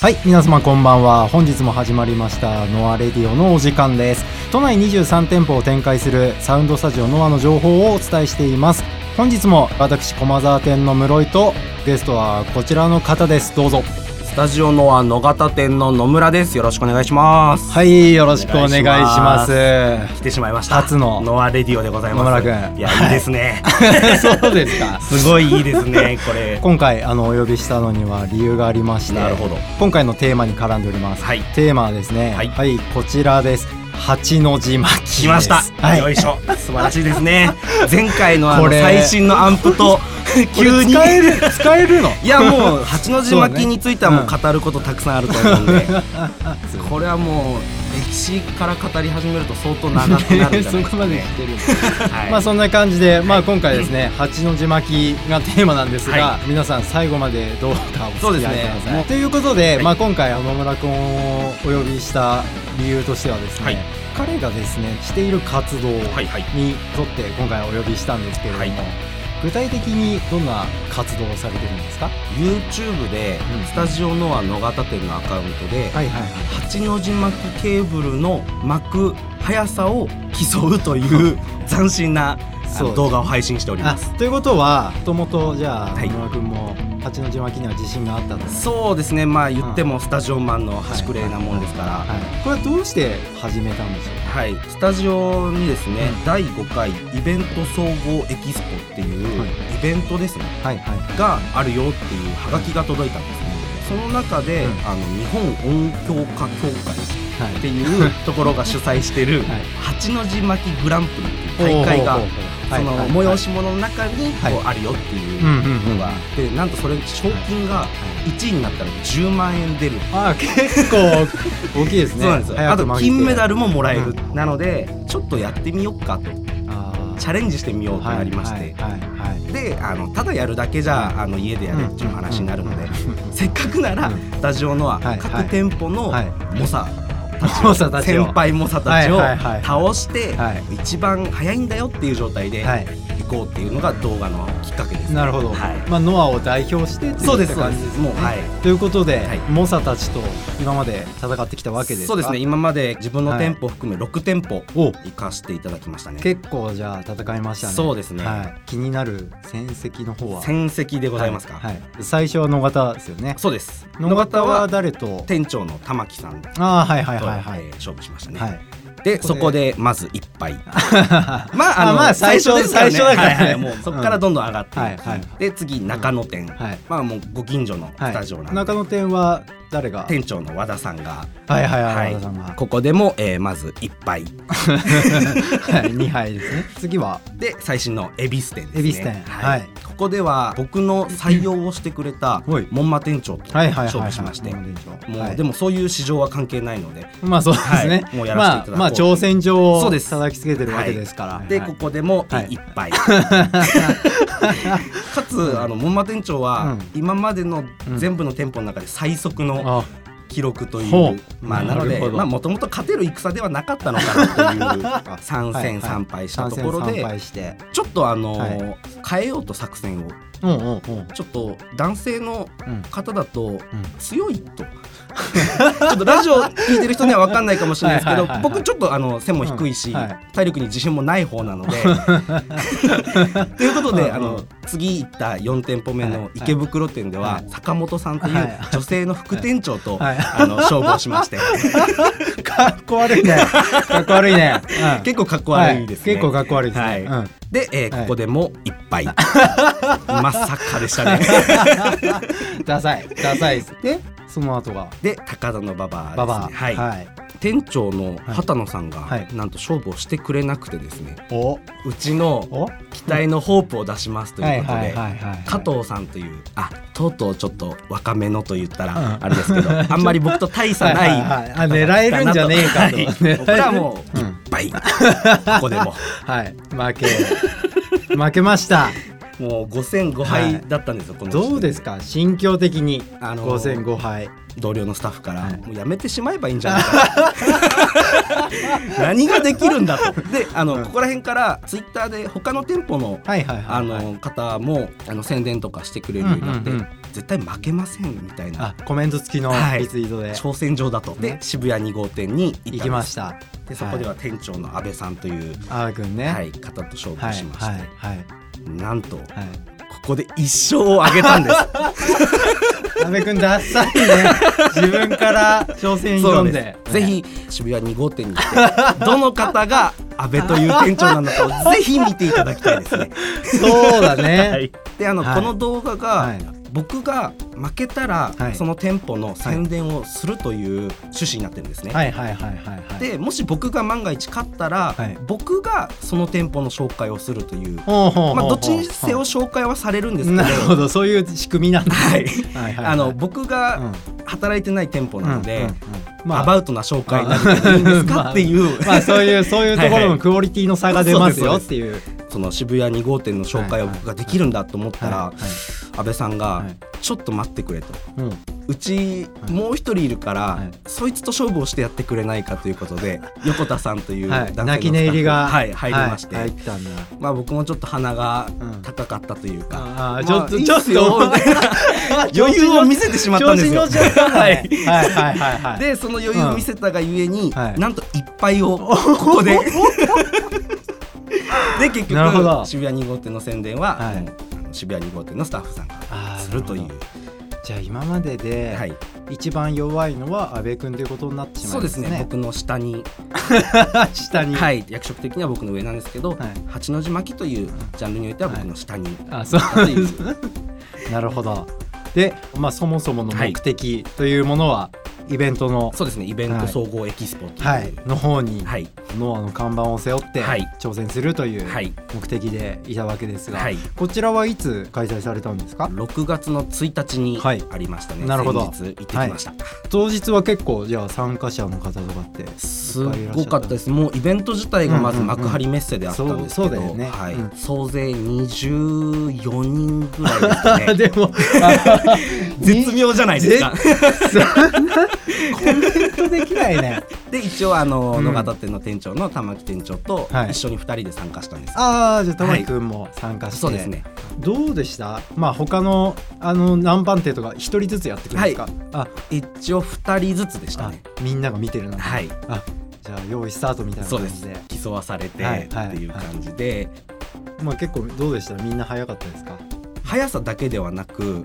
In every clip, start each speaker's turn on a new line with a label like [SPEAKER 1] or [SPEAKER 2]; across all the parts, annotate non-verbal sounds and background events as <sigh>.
[SPEAKER 1] はい皆様こんばんは本日も始まりましたノアレディオのお時間です都内23店舗を展開するサウンドスタジオノアの情報をお伝えしています本日も私駒沢店の室井とゲストはこちらの方ですどうぞ
[SPEAKER 2] スタジオのは野方店の野村です。よろしくお願いします。
[SPEAKER 1] はいよろしくお願いします
[SPEAKER 2] 来てしまいました。
[SPEAKER 1] 初の
[SPEAKER 2] ノアレディオでござい
[SPEAKER 1] 野
[SPEAKER 2] ます。
[SPEAKER 1] 村君
[SPEAKER 2] いや、いいです <laughs> ね。
[SPEAKER 1] <laughs> そうですか
[SPEAKER 2] すごいいいですね。これ。
[SPEAKER 1] 今回あのお呼びしたのには理由がありまして
[SPEAKER 2] なるほど。
[SPEAKER 1] 今回のテーマに絡んでおります、
[SPEAKER 2] はい
[SPEAKER 1] テーマはですねは、
[SPEAKER 2] はいい
[SPEAKER 1] こちらです八の字巻きです
[SPEAKER 2] 来ました。
[SPEAKER 1] はい
[SPEAKER 2] よいしょ。素晴らしいですね。前回のあ
[SPEAKER 1] こ
[SPEAKER 2] の
[SPEAKER 1] れ
[SPEAKER 2] 最新のアンプ <laughs> と
[SPEAKER 1] これ
[SPEAKER 2] 急に。
[SPEAKER 1] 使える使えるの
[SPEAKER 2] いやもう八の字巻きについてはもう
[SPEAKER 1] そ
[SPEAKER 2] 語ることたくさんあると思うんで、 <laughs> これはもう歴史から語り始めると相当長くなるんじゃないですか、 <laughs> ね、
[SPEAKER 1] <laughs> そこまで来てる
[SPEAKER 2] はい
[SPEAKER 1] まあそんな感じで、まあ今回ですね八の字巻きがテーマなんですが、
[SPEAKER 2] は
[SPEAKER 1] 皆さん最後までどうかお付き合いくだ
[SPEAKER 2] そうです
[SPEAKER 1] さい。
[SPEAKER 2] ね
[SPEAKER 1] ということで、
[SPEAKER 2] はい
[SPEAKER 1] まあ今回野村君をお呼びした理由としてはですね、
[SPEAKER 2] はい
[SPEAKER 1] 彼がですねしている活動に沿っ
[SPEAKER 2] はいはい
[SPEAKER 1] て今回お呼びしたんですけれども、
[SPEAKER 2] はい
[SPEAKER 1] 具体的にどんな活動をされてるんですか？
[SPEAKER 2] YouTube で
[SPEAKER 1] うん
[SPEAKER 2] スタジオノア野方店のアカウントで、
[SPEAKER 1] いはい
[SPEAKER 2] 八の字巻きケーブルの巻く速さを競うという斬新なあの
[SPEAKER 1] そう
[SPEAKER 2] 動画を配信しており
[SPEAKER 1] あ
[SPEAKER 2] ます。
[SPEAKER 1] ということはもともとじゃあ、
[SPEAKER 2] はい
[SPEAKER 1] 野村君も八の字巻きには自信があったと。
[SPEAKER 2] そうですねまあ言ってもスタジオマンの端くれなもんですから、
[SPEAKER 1] はい、これはどうして始めたんでしょうか
[SPEAKER 2] はい、スタジオにですね、
[SPEAKER 1] うん
[SPEAKER 2] 第5回イベント総合エキスポっていう
[SPEAKER 1] はい
[SPEAKER 2] イベントですね、
[SPEAKER 1] はいはい
[SPEAKER 2] があるよっていうハガキが届いたんですねその中で、
[SPEAKER 1] うん
[SPEAKER 2] あの日本音響家協会
[SPEAKER 1] はい
[SPEAKER 2] っていうところが主催してる
[SPEAKER 1] <laughs> はい
[SPEAKER 2] 八の字巻きグランプリっていう大会がその催し物の中に
[SPEAKER 1] はい
[SPEAKER 2] こうあるよっていう
[SPEAKER 1] うんうんう
[SPEAKER 2] の
[SPEAKER 1] ん
[SPEAKER 2] があってなんとそれ賞金が1位になったら10万円出る
[SPEAKER 1] あ結構大きいですね
[SPEAKER 2] そうなんですよあと金メダルももらえる
[SPEAKER 1] う
[SPEAKER 2] なのでちょっとやってみようかとチャレンジしてみようとなりまして
[SPEAKER 1] はいはい
[SPEAKER 2] であのただやるだけじゃあの家でやれっていう話になるのでせっかくなら
[SPEAKER 1] うん
[SPEAKER 2] スタジオのは
[SPEAKER 1] はいはい
[SPEAKER 2] 各店舗の
[SPEAKER 1] はい
[SPEAKER 2] 猛者
[SPEAKER 1] <laughs> 猛者たちを
[SPEAKER 2] 先輩猛者たちを
[SPEAKER 1] はいはいはい
[SPEAKER 2] 倒して
[SPEAKER 1] はい
[SPEAKER 2] 一番早いんだよっていう状態で
[SPEAKER 1] はい
[SPEAKER 2] 行こうっていうのが動画のきっかけですね
[SPEAKER 1] なるほど、
[SPEAKER 2] はい
[SPEAKER 1] まあノアを代表してってい
[SPEAKER 2] そうですそう
[SPEAKER 1] 感
[SPEAKER 2] で
[SPEAKER 1] じです
[SPEAKER 2] す
[SPEAKER 1] ね
[SPEAKER 2] もうはい
[SPEAKER 1] ということで、
[SPEAKER 2] はい
[SPEAKER 1] 猛者たちと今まで戦ってきたわけですか
[SPEAKER 2] そうですね今まで自分
[SPEAKER 1] は
[SPEAKER 2] の
[SPEAKER 1] い
[SPEAKER 2] 店舗含め6店舗
[SPEAKER 1] お
[SPEAKER 2] 行かせていただきましたね
[SPEAKER 1] 結構じゃあ戦いましたね
[SPEAKER 2] そうですね
[SPEAKER 1] はい、気になる戦績の方は
[SPEAKER 2] 戦績でございますか
[SPEAKER 1] はいはい最初は野方ですよね
[SPEAKER 2] そうです
[SPEAKER 1] 野
[SPEAKER 2] 野
[SPEAKER 1] 方
[SPEAKER 2] 方
[SPEAKER 1] は
[SPEAKER 2] は
[SPEAKER 1] 誰と
[SPEAKER 2] 店長の玉木さんと
[SPEAKER 1] ああはいはいはいはい、
[SPEAKER 2] えー勝負しましたね
[SPEAKER 1] はい
[SPEAKER 2] で
[SPEAKER 1] そ
[SPEAKER 2] そ
[SPEAKER 1] こ
[SPEAKER 2] こ
[SPEAKER 1] で
[SPEAKER 2] でまず一
[SPEAKER 1] <laughs>
[SPEAKER 2] 杯まあ
[SPEAKER 1] あまあ最初
[SPEAKER 2] ですからね
[SPEAKER 1] 最初だからね
[SPEAKER 2] はいはいもうそこからどんどん上がって
[SPEAKER 1] はいはい
[SPEAKER 2] いくで次中野店
[SPEAKER 1] はい
[SPEAKER 2] まあもうご近所のスタジオなん
[SPEAKER 1] 中
[SPEAKER 2] で
[SPEAKER 1] 野店は誰が
[SPEAKER 2] 店長の和田さんが
[SPEAKER 1] はいはいはい、
[SPEAKER 2] はい
[SPEAKER 1] 和田さんが
[SPEAKER 2] ここでもえーまず一杯
[SPEAKER 1] はい2杯ですね次は
[SPEAKER 2] で最新の恵比寿店ですね
[SPEAKER 1] 恵比寿店
[SPEAKER 2] は
[SPEAKER 1] はい
[SPEAKER 2] いここでは僕の採用をしてくれた
[SPEAKER 1] はい
[SPEAKER 2] 門馬店長と
[SPEAKER 1] はいはいはい
[SPEAKER 2] 勝
[SPEAKER 1] はい
[SPEAKER 2] 負しまして
[SPEAKER 1] もう
[SPEAKER 2] も
[SPEAKER 1] でしょは
[SPEAKER 2] う
[SPEAKER 1] い
[SPEAKER 2] でもそういう市場は関係ないので
[SPEAKER 1] まあそうですね、
[SPEAKER 2] はいもうやらせて
[SPEAKER 1] まあ
[SPEAKER 2] いただこう
[SPEAKER 1] まあ挑戦状
[SPEAKER 2] そ
[SPEAKER 1] を
[SPEAKER 2] うです
[SPEAKER 1] 叩きつけてるわけですから、
[SPEAKER 2] で
[SPEAKER 1] はい
[SPEAKER 2] ここでも
[SPEAKER 1] はい
[SPEAKER 2] 一杯、かつあの門馬店長は
[SPEAKER 1] うん
[SPEAKER 2] 今までの
[SPEAKER 1] うん
[SPEAKER 2] 全部の店舗の中で最速の
[SPEAKER 1] あ
[SPEAKER 2] 記録という、
[SPEAKER 1] ほう
[SPEAKER 2] まあな
[SPEAKER 1] な
[SPEAKER 2] ので
[SPEAKER 1] るほど
[SPEAKER 2] まあもともと勝てる戦ではなかったのかなという3
[SPEAKER 1] はいはい
[SPEAKER 2] 戦3敗した
[SPEAKER 1] 参
[SPEAKER 2] と
[SPEAKER 1] 戦
[SPEAKER 2] ころ
[SPEAKER 1] 参
[SPEAKER 2] で
[SPEAKER 1] 拝して
[SPEAKER 2] ちょっとあの、
[SPEAKER 1] はい
[SPEAKER 2] 変えようと作戦を
[SPEAKER 1] うんうんうん
[SPEAKER 2] ちょっと男性の
[SPEAKER 1] うん
[SPEAKER 2] 方だと強いと <laughs> ちょっとラジオ聞いてる人には分かんないかもしれないですけ
[SPEAKER 1] はい
[SPEAKER 2] ど
[SPEAKER 1] はいはいはい
[SPEAKER 2] 僕ちょっとあの背も低いし、
[SPEAKER 1] うんはい
[SPEAKER 2] 体力に自信もない方
[SPEAKER 1] <laughs>
[SPEAKER 2] なので。ということ
[SPEAKER 1] うんう
[SPEAKER 2] で
[SPEAKER 1] ん
[SPEAKER 2] あの次行った4店舗目
[SPEAKER 1] はい
[SPEAKER 2] の池袋店では
[SPEAKER 1] はい
[SPEAKER 2] 坂本さんとい
[SPEAKER 1] はいう
[SPEAKER 2] 女性の副店長と
[SPEAKER 1] はい <laughs>
[SPEAKER 2] あの勝負をしまして
[SPEAKER 1] かっこ悪いね <laughs> かっこ悪いね、うん
[SPEAKER 2] <laughs> 結構かっこ悪いですね。
[SPEAKER 1] は結構かっこ悪いですね、
[SPEAKER 2] はい
[SPEAKER 1] うん
[SPEAKER 2] で、えーここでもいっ
[SPEAKER 1] <laughs>
[SPEAKER 2] ぱいまさかでしたね。
[SPEAKER 1] <laughs> ダサいダサいですでその後が
[SPEAKER 2] で高田の馬場ですね
[SPEAKER 1] ババア、
[SPEAKER 2] はい
[SPEAKER 1] はい、
[SPEAKER 2] 店長の畑野さんが、
[SPEAKER 1] はいはい
[SPEAKER 2] なんと勝負をしてくれなくてですね
[SPEAKER 1] お
[SPEAKER 2] うちの
[SPEAKER 1] お
[SPEAKER 2] 期待のホープを出しますということで、
[SPEAKER 1] いはい
[SPEAKER 2] 加藤さんというあとうとうちょっと若めのと言った
[SPEAKER 1] う
[SPEAKER 2] ら
[SPEAKER 1] ん
[SPEAKER 2] あれです
[SPEAKER 1] <laughs>
[SPEAKER 2] けど、あんまり僕と大差ない
[SPEAKER 1] はいはいはいあ狙えるんじゃねえかと
[SPEAKER 2] はい
[SPEAKER 1] 狙える
[SPEAKER 2] これはもう
[SPEAKER 1] う
[SPEAKER 2] い
[SPEAKER 1] ん <laughs>
[SPEAKER 2] っぱい、ここでも
[SPEAKER 1] はい、負け負けました。
[SPEAKER 2] もう5戦5
[SPEAKER 1] は
[SPEAKER 2] 敗
[SPEAKER 1] い
[SPEAKER 2] だったんですよ、この
[SPEAKER 1] どうですか心境的に
[SPEAKER 2] あのー
[SPEAKER 1] 5戦5敗
[SPEAKER 2] 同僚のスタッフから、
[SPEAKER 1] はい
[SPEAKER 2] もうやめてしまえばいいんじゃないか
[SPEAKER 1] <laughs>
[SPEAKER 2] 何ができるんだとであの、
[SPEAKER 1] うん
[SPEAKER 2] ここら辺からツイッターで他の店舗の
[SPEAKER 1] はいはいはい
[SPEAKER 2] あの、
[SPEAKER 1] はい
[SPEAKER 2] 方もあの宣伝とかしてくれるようになって、
[SPEAKER 1] うんうんうん
[SPEAKER 2] 絶対負けませんみたいな
[SPEAKER 1] あコメント付きの
[SPEAKER 2] はい
[SPEAKER 1] リツイートで
[SPEAKER 2] 挑戦状だと、
[SPEAKER 1] ね
[SPEAKER 2] で渋谷2号店に
[SPEAKER 1] 行
[SPEAKER 2] 行っ
[SPEAKER 1] き
[SPEAKER 2] たん
[SPEAKER 1] ま
[SPEAKER 2] で
[SPEAKER 1] し
[SPEAKER 2] す
[SPEAKER 1] た
[SPEAKER 2] でそこでは店長の阿部さんという、
[SPEAKER 1] あーくんね
[SPEAKER 2] はい方と勝負
[SPEAKER 1] はい
[SPEAKER 2] をしまして、
[SPEAKER 1] はいはい
[SPEAKER 2] なんとこ
[SPEAKER 1] はい
[SPEAKER 2] こで一勝を挙げたん
[SPEAKER 1] <laughs>
[SPEAKER 2] です
[SPEAKER 1] 阿部くんダッサいね
[SPEAKER 2] <laughs>
[SPEAKER 1] 自分から挑戦に挑んで
[SPEAKER 2] ぜひ渋谷2号店に行ってどの方
[SPEAKER 1] <laughs>
[SPEAKER 2] が阿部という店長なのかをぜひ見ていただきたいですね。
[SPEAKER 1] そうだね、
[SPEAKER 2] <laughs> であの、
[SPEAKER 1] はい
[SPEAKER 2] この動画が、
[SPEAKER 1] はい
[SPEAKER 2] 僕が負けたら、
[SPEAKER 1] はい
[SPEAKER 2] その店舗の宣伝をするという趣旨になってるんですね。
[SPEAKER 1] はいはいはいはいはい
[SPEAKER 2] でもし僕が万が一勝ったら、
[SPEAKER 1] はい
[SPEAKER 2] 僕がその店舗の紹介をするという、
[SPEAKER 1] ほうほうほうほう
[SPEAKER 2] まあ、どっちにせよ紹介はされるんですけど
[SPEAKER 1] なるほどそういう仕組みなんだ
[SPEAKER 2] はい
[SPEAKER 1] はいはい
[SPEAKER 2] あの僕
[SPEAKER 1] うん
[SPEAKER 2] が働いてない店舗なので、
[SPEAKER 1] うんうんうんま
[SPEAKER 2] ア
[SPEAKER 1] あ
[SPEAKER 2] バウトな紹介になるといいんです
[SPEAKER 1] まあ
[SPEAKER 2] かっていう、
[SPEAKER 1] <laughs> まあそういうそういうところのクオリティの差が出ますよっていう
[SPEAKER 2] その渋谷2号店の紹介を僕ができるんだと思ったら
[SPEAKER 1] は
[SPEAKER 2] 安倍さん
[SPEAKER 1] いは
[SPEAKER 2] が
[SPEAKER 1] い
[SPEAKER 2] 「ちょっと待ってくれ」と
[SPEAKER 1] うん
[SPEAKER 2] 「うち
[SPEAKER 1] はい
[SPEAKER 2] もう一人いるか
[SPEAKER 1] は
[SPEAKER 2] ら
[SPEAKER 1] い
[SPEAKER 2] そいつと勝負をしてやってくれないか」ということで横田さんという男
[SPEAKER 1] は
[SPEAKER 2] 性
[SPEAKER 1] い
[SPEAKER 2] の
[SPEAKER 1] 泣き寝入りが
[SPEAKER 2] はい入りまし
[SPEAKER 1] はい
[SPEAKER 2] て
[SPEAKER 1] 入ったんだ
[SPEAKER 2] まあ僕もちょっと鼻が
[SPEAKER 1] うん
[SPEAKER 2] 高かったというか
[SPEAKER 1] ああ
[SPEAKER 2] ま
[SPEAKER 1] ちょっと
[SPEAKER 2] いい
[SPEAKER 1] ちょっ
[SPEAKER 2] すよ
[SPEAKER 1] と
[SPEAKER 2] みたいな余裕を見せてしまったんですよ
[SPEAKER 1] 調子乗っちゃったねは
[SPEAKER 2] はいい
[SPEAKER 1] はいはいはい
[SPEAKER 2] <laughs> でその余裕を見せたがゆえに
[SPEAKER 1] はい
[SPEAKER 2] なんと一
[SPEAKER 1] <laughs>
[SPEAKER 2] 杯をここでで結
[SPEAKER 1] なるほど
[SPEAKER 2] 局渋谷2号店の宣伝は
[SPEAKER 1] はい
[SPEAKER 2] もうあの渋谷2号店のスタッフさんが
[SPEAKER 1] あー
[SPEAKER 2] するという
[SPEAKER 1] なほどじゃあ今までで
[SPEAKER 2] はい、
[SPEAKER 1] 一番弱いのは阿部君ということになってしま
[SPEAKER 2] そ
[SPEAKER 1] いうま
[SPEAKER 2] ですす
[SPEAKER 1] ね
[SPEAKER 2] ね僕の下に、
[SPEAKER 1] <laughs> 下に
[SPEAKER 2] はい、役職的には僕の上なんですけど、
[SPEAKER 1] い
[SPEAKER 2] 八の字巻きというジャンルにおいては僕の下に、
[SPEAKER 1] あそう
[SPEAKER 2] という
[SPEAKER 1] <laughs> なるほどで、まあ、そもそもの目的というものは、イベントの、
[SPEAKER 2] そうですねイベント総合エキスポという、
[SPEAKER 1] はい、の方に、
[SPEAKER 2] はい
[SPEAKER 1] ノアの看板を背負って
[SPEAKER 2] はい
[SPEAKER 1] 挑戦するという
[SPEAKER 2] はい
[SPEAKER 1] 目的でいたわけですが、
[SPEAKER 2] はい
[SPEAKER 1] こちらはいつ開催されたんですか
[SPEAKER 2] 6月の1日に
[SPEAKER 1] はい
[SPEAKER 2] ありましたね、
[SPEAKER 1] なるほど
[SPEAKER 2] 先日行ってきました、
[SPEAKER 1] 当日は結構じゃあ参加者の方とかって
[SPEAKER 2] すっごかったですもうイベント自体がまず幕張メッセであったんですけど、
[SPEAKER 1] うんうんうんそうそうだよね
[SPEAKER 2] はい
[SPEAKER 1] うん
[SPEAKER 2] 総勢24人ぐらいですかね
[SPEAKER 1] <laughs> でも
[SPEAKER 2] <laughs> 絶妙じゃないで
[SPEAKER 1] <laughs>
[SPEAKER 2] すか
[SPEAKER 1] コメントできないね
[SPEAKER 2] で一応あの、
[SPEAKER 1] うん
[SPEAKER 2] 野方店の店長の玉木店長と
[SPEAKER 1] はい
[SPEAKER 2] 一緒に2人で参加したんです、
[SPEAKER 1] ああじゃあ玉木君も参加して、
[SPEAKER 2] そうですね
[SPEAKER 1] どうでしたまあ他のあの何番手とか一人ずつやってくるんですか、あ
[SPEAKER 2] 一応2人ずつでした
[SPEAKER 1] あ
[SPEAKER 2] ね
[SPEAKER 1] みんなが見てるな
[SPEAKER 2] はい
[SPEAKER 1] あじゃあ用意スタートみたいな
[SPEAKER 2] そう
[SPEAKER 1] 感
[SPEAKER 2] で
[SPEAKER 1] じ
[SPEAKER 2] す
[SPEAKER 1] で
[SPEAKER 2] 競わされて
[SPEAKER 1] は
[SPEAKER 2] っ
[SPEAKER 1] い
[SPEAKER 2] て
[SPEAKER 1] はい
[SPEAKER 2] いう感じで、
[SPEAKER 1] まあ結構どうでしたみんな早かったですか、
[SPEAKER 2] 速さだけではなく
[SPEAKER 1] うん、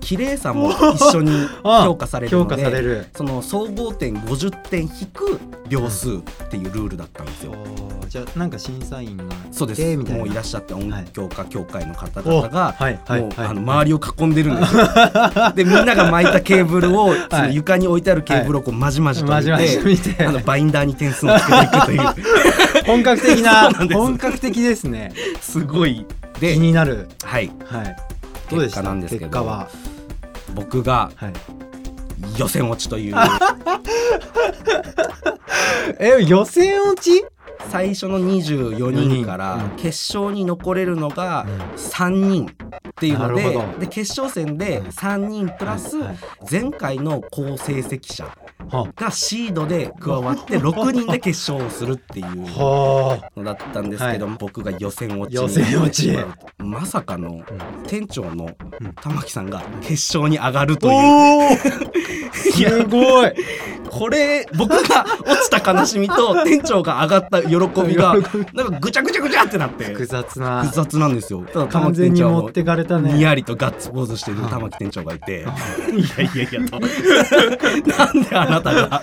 [SPEAKER 2] 綺麗さも一緒に
[SPEAKER 1] あ
[SPEAKER 2] <laughs> 評価される
[SPEAKER 1] 評
[SPEAKER 2] の
[SPEAKER 1] 価され
[SPEAKER 2] で
[SPEAKER 1] る
[SPEAKER 2] その総合点50点引く秒数っていうルールだったんですよ、
[SPEAKER 1] おーじゃあなんか審査員が
[SPEAKER 2] そうで
[SPEAKER 1] えー
[SPEAKER 2] す
[SPEAKER 1] みたいな
[SPEAKER 2] もういらっしゃって音響家協会の方
[SPEAKER 1] お
[SPEAKER 2] 々が
[SPEAKER 1] はいはい
[SPEAKER 2] もう
[SPEAKER 1] はい
[SPEAKER 2] あの周りを囲んでる
[SPEAKER 1] <laughs>
[SPEAKER 2] んですよ。でみんなが巻いたケーブルをその床に置いてあるケーブルをこうまじまじと
[SPEAKER 1] ま
[SPEAKER 2] 見
[SPEAKER 1] じまじと
[SPEAKER 2] て
[SPEAKER 1] 見 <laughs> て
[SPEAKER 2] あのバインダーに点数をつけていく
[SPEAKER 1] <laughs>
[SPEAKER 2] という
[SPEAKER 1] 本格的な
[SPEAKER 2] そうなんです
[SPEAKER 1] 本格的ですね
[SPEAKER 2] すごいで
[SPEAKER 1] 気になる
[SPEAKER 2] はい
[SPEAKER 1] はいどうで
[SPEAKER 2] 結
[SPEAKER 1] した
[SPEAKER 2] 果なんですけど
[SPEAKER 1] 結果は、
[SPEAKER 2] 僕が
[SPEAKER 1] はい、
[SPEAKER 2] 予選落
[SPEAKER 1] <laughs>
[SPEAKER 2] ちという
[SPEAKER 1] え予選落ち
[SPEAKER 2] 最初の24人か
[SPEAKER 1] うん
[SPEAKER 2] ら決勝に残れるのが3人っていうの
[SPEAKER 1] なるほど
[SPEAKER 2] でで決勝戦で3人プラス
[SPEAKER 1] はいはい
[SPEAKER 2] 前回の好成績者
[SPEAKER 1] は
[SPEAKER 2] がシードで加
[SPEAKER 1] <laughs>
[SPEAKER 2] わって6人で決勝をするっていう
[SPEAKER 1] はあ
[SPEAKER 2] のだったんですけど、僕が予選落ち
[SPEAKER 1] 予選落ち
[SPEAKER 2] まさかの
[SPEAKER 1] ん
[SPEAKER 2] 店長の
[SPEAKER 1] うん
[SPEAKER 2] 玉木さんが決勝に上がるという
[SPEAKER 1] おお
[SPEAKER 2] <laughs>
[SPEAKER 1] すごい
[SPEAKER 2] これ僕が落ちた悲しみと店長が上がった喜びが
[SPEAKER 1] 喜び
[SPEAKER 2] なんかぐちゃぐちゃぐちゃってなって
[SPEAKER 1] 複
[SPEAKER 2] 複
[SPEAKER 1] 雑な
[SPEAKER 2] 雑なんですよただ玉
[SPEAKER 1] 完
[SPEAKER 2] 木
[SPEAKER 1] 全
[SPEAKER 2] 店
[SPEAKER 1] に
[SPEAKER 2] 長
[SPEAKER 1] 持
[SPEAKER 2] も
[SPEAKER 1] ってかれた
[SPEAKER 2] に
[SPEAKER 1] ね
[SPEAKER 2] やりとガッツポーズしてる玉木店長がいていやいやい
[SPEAKER 1] <laughs>
[SPEAKER 2] やとなんであなたが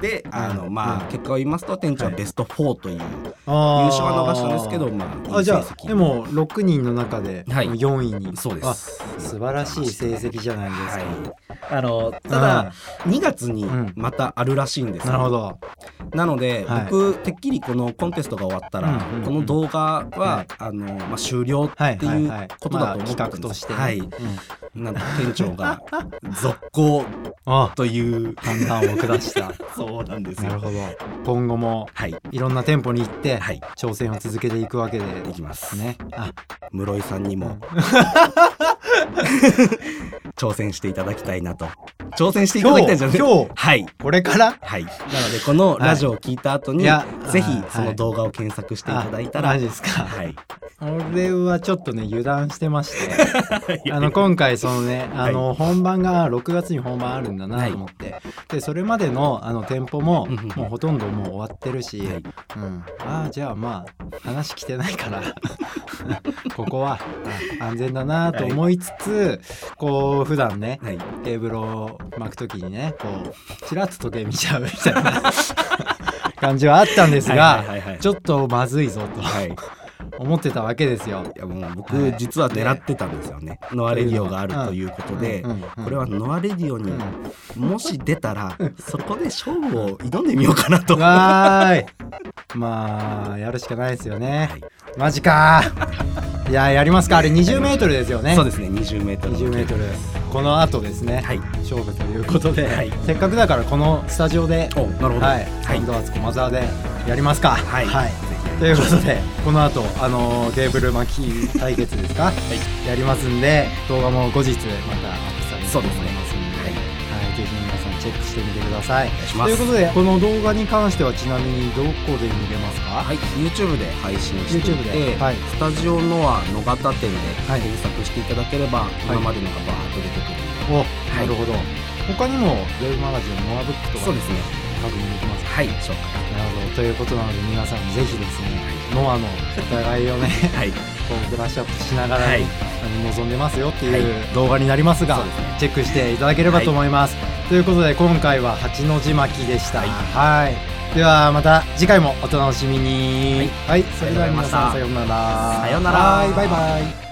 [SPEAKER 2] であのまあ結果を言いますと店長はベスト4という優
[SPEAKER 1] 優
[SPEAKER 2] 勝は逃したんですけどまあ
[SPEAKER 1] あじゃ
[SPEAKER 2] いい成
[SPEAKER 1] あ
[SPEAKER 2] 績
[SPEAKER 1] でも6人の中で
[SPEAKER 2] はい
[SPEAKER 1] 4位に、
[SPEAKER 2] そうで
[SPEAKER 1] あ
[SPEAKER 2] す
[SPEAKER 1] 素晴らしい成績じゃないですか、
[SPEAKER 2] はい、あのただ、2月に
[SPEAKER 1] うん
[SPEAKER 2] またあるらしいんですよ
[SPEAKER 1] なるほど
[SPEAKER 2] なので、
[SPEAKER 1] はい
[SPEAKER 2] 僕てっきりこのコンテストが終わったら、
[SPEAKER 1] うんうんうん
[SPEAKER 2] この動画は、
[SPEAKER 1] はい
[SPEAKER 2] あのまあ、終了
[SPEAKER 1] はい
[SPEAKER 2] って
[SPEAKER 1] はい
[SPEAKER 2] いう
[SPEAKER 1] はい
[SPEAKER 2] ことだと思っ
[SPEAKER 1] ま
[SPEAKER 2] た
[SPEAKER 1] あ企
[SPEAKER 2] ん
[SPEAKER 1] 画
[SPEAKER 2] で
[SPEAKER 1] と
[SPEAKER 2] す、
[SPEAKER 1] してね、
[SPEAKER 2] はい
[SPEAKER 1] うん、
[SPEAKER 2] なんと店長
[SPEAKER 1] <laughs>
[SPEAKER 2] が続行
[SPEAKER 1] あ
[SPEAKER 2] という
[SPEAKER 1] 判断を下した
[SPEAKER 2] <laughs> そうなんです
[SPEAKER 1] なる
[SPEAKER 2] よ
[SPEAKER 1] ほど今後も
[SPEAKER 2] はい
[SPEAKER 1] いろんな店舗に行って、で
[SPEAKER 2] はい
[SPEAKER 1] 挑戦を続けていくわけで
[SPEAKER 2] いきます
[SPEAKER 1] ねあ
[SPEAKER 2] 室井さんにも挑戦していただきたいなと挑戦していただきたいんじゃない
[SPEAKER 1] 今日今日
[SPEAKER 2] はい
[SPEAKER 1] これ
[SPEAKER 2] <laughs>
[SPEAKER 1] から
[SPEAKER 2] はいなのでこのラジオを聞いた後に、
[SPEAKER 1] いや
[SPEAKER 2] ぜひ
[SPEAKER 1] あー
[SPEAKER 2] その動画を検索していただいた
[SPEAKER 1] あ
[SPEAKER 2] ら
[SPEAKER 1] マジですか
[SPEAKER 2] <laughs> はい
[SPEAKER 1] 俺はちょっとね油断してまして
[SPEAKER 2] いや
[SPEAKER 1] あの今回そのねあの本番が6月に本番あるんだなと思って、でそれまでのあの店舗も
[SPEAKER 2] うんうん
[SPEAKER 1] もうほとんどもう終わってるし、
[SPEAKER 2] はい
[SPEAKER 1] うん、ああじゃあまあ話来てないから <laughs> ここはあ安全だなと思いつつ、こう普段ね
[SPEAKER 2] はい
[SPEAKER 1] テーブルを巻くときにねこうちらっと時計見ちゃうみたいな <laughs> 感じはあったんですが、
[SPEAKER 2] はいはいはい
[SPEAKER 1] ちょっとまずいぞと
[SPEAKER 2] はい、い
[SPEAKER 1] 思ってたわけですよ。
[SPEAKER 2] やもう
[SPEAKER 1] は
[SPEAKER 2] 僕
[SPEAKER 1] い
[SPEAKER 2] 実は狙ってたんですよね、ノアレディオがあるということで、
[SPEAKER 1] うんうんうん
[SPEAKER 2] これはノアレディオに
[SPEAKER 1] うん
[SPEAKER 2] もし出たら、そこで勝負を挑んでみようかなと。は
[SPEAKER 1] わーいまあやるしかないですよね
[SPEAKER 2] い
[SPEAKER 1] マジかーいややりますかあれ20メートルですよね
[SPEAKER 2] そうですね、20メートル。
[SPEAKER 1] 20メートルこの後ですね、
[SPEAKER 2] はい。
[SPEAKER 1] 勝負ということで、
[SPEAKER 2] はい
[SPEAKER 1] せっかくだからこのスタジオで
[SPEAKER 2] お、なるほど。
[SPEAKER 1] はい、
[SPEAKER 2] は
[SPEAKER 1] サ
[SPEAKER 2] い
[SPEAKER 1] ンドアーツ駒沢でやりますか
[SPEAKER 2] はい
[SPEAKER 1] ということでこの後あのーテーブル巻き対決ですか、やりますんで動画も後日またアップされると
[SPEAKER 2] そう
[SPEAKER 1] 思
[SPEAKER 2] で
[SPEAKER 1] い
[SPEAKER 2] すね
[SPEAKER 1] ますんで
[SPEAKER 2] はい
[SPEAKER 1] はい、ぜひ皆さんチェックしてみてください
[SPEAKER 2] お願いし
[SPEAKER 1] と
[SPEAKER 2] ます
[SPEAKER 1] いうことでこの動画に関してはちなみにどこで見れますか、
[SPEAKER 2] はい、YouTube で配信してい
[SPEAKER 1] YouTube で
[SPEAKER 2] て、
[SPEAKER 1] はい
[SPEAKER 2] スタジオノア野方店で
[SPEAKER 1] はい
[SPEAKER 2] 検索していただければ、今までのがバーッと出てくる
[SPEAKER 1] お、
[SPEAKER 2] のい
[SPEAKER 1] なるほど他にもウェブマガジンのノアブックと
[SPEAKER 2] で、
[SPEAKER 1] か
[SPEAKER 2] そうですね。
[SPEAKER 1] 確認できますか
[SPEAKER 2] はい、紹
[SPEAKER 1] な
[SPEAKER 2] 介。
[SPEAKER 1] るほどということなので皆さんぜひですねノアのお互いをね <laughs>
[SPEAKER 2] はい、
[SPEAKER 1] こうブラッシュアップしながら、
[SPEAKER 2] はい
[SPEAKER 1] あの望んでますよって
[SPEAKER 2] は
[SPEAKER 1] いう動画になりますが、
[SPEAKER 2] そうですね
[SPEAKER 1] チェックしていただければと思います、ということで今回は八の字巻きでしたは
[SPEAKER 2] はいい
[SPEAKER 1] ではまた次回もお楽しみにはい、それでは皆さん
[SPEAKER 2] あ
[SPEAKER 1] さ
[SPEAKER 2] り
[SPEAKER 1] よ
[SPEAKER 2] が
[SPEAKER 1] うなら
[SPEAKER 2] さようなら
[SPEAKER 1] はいバイバイ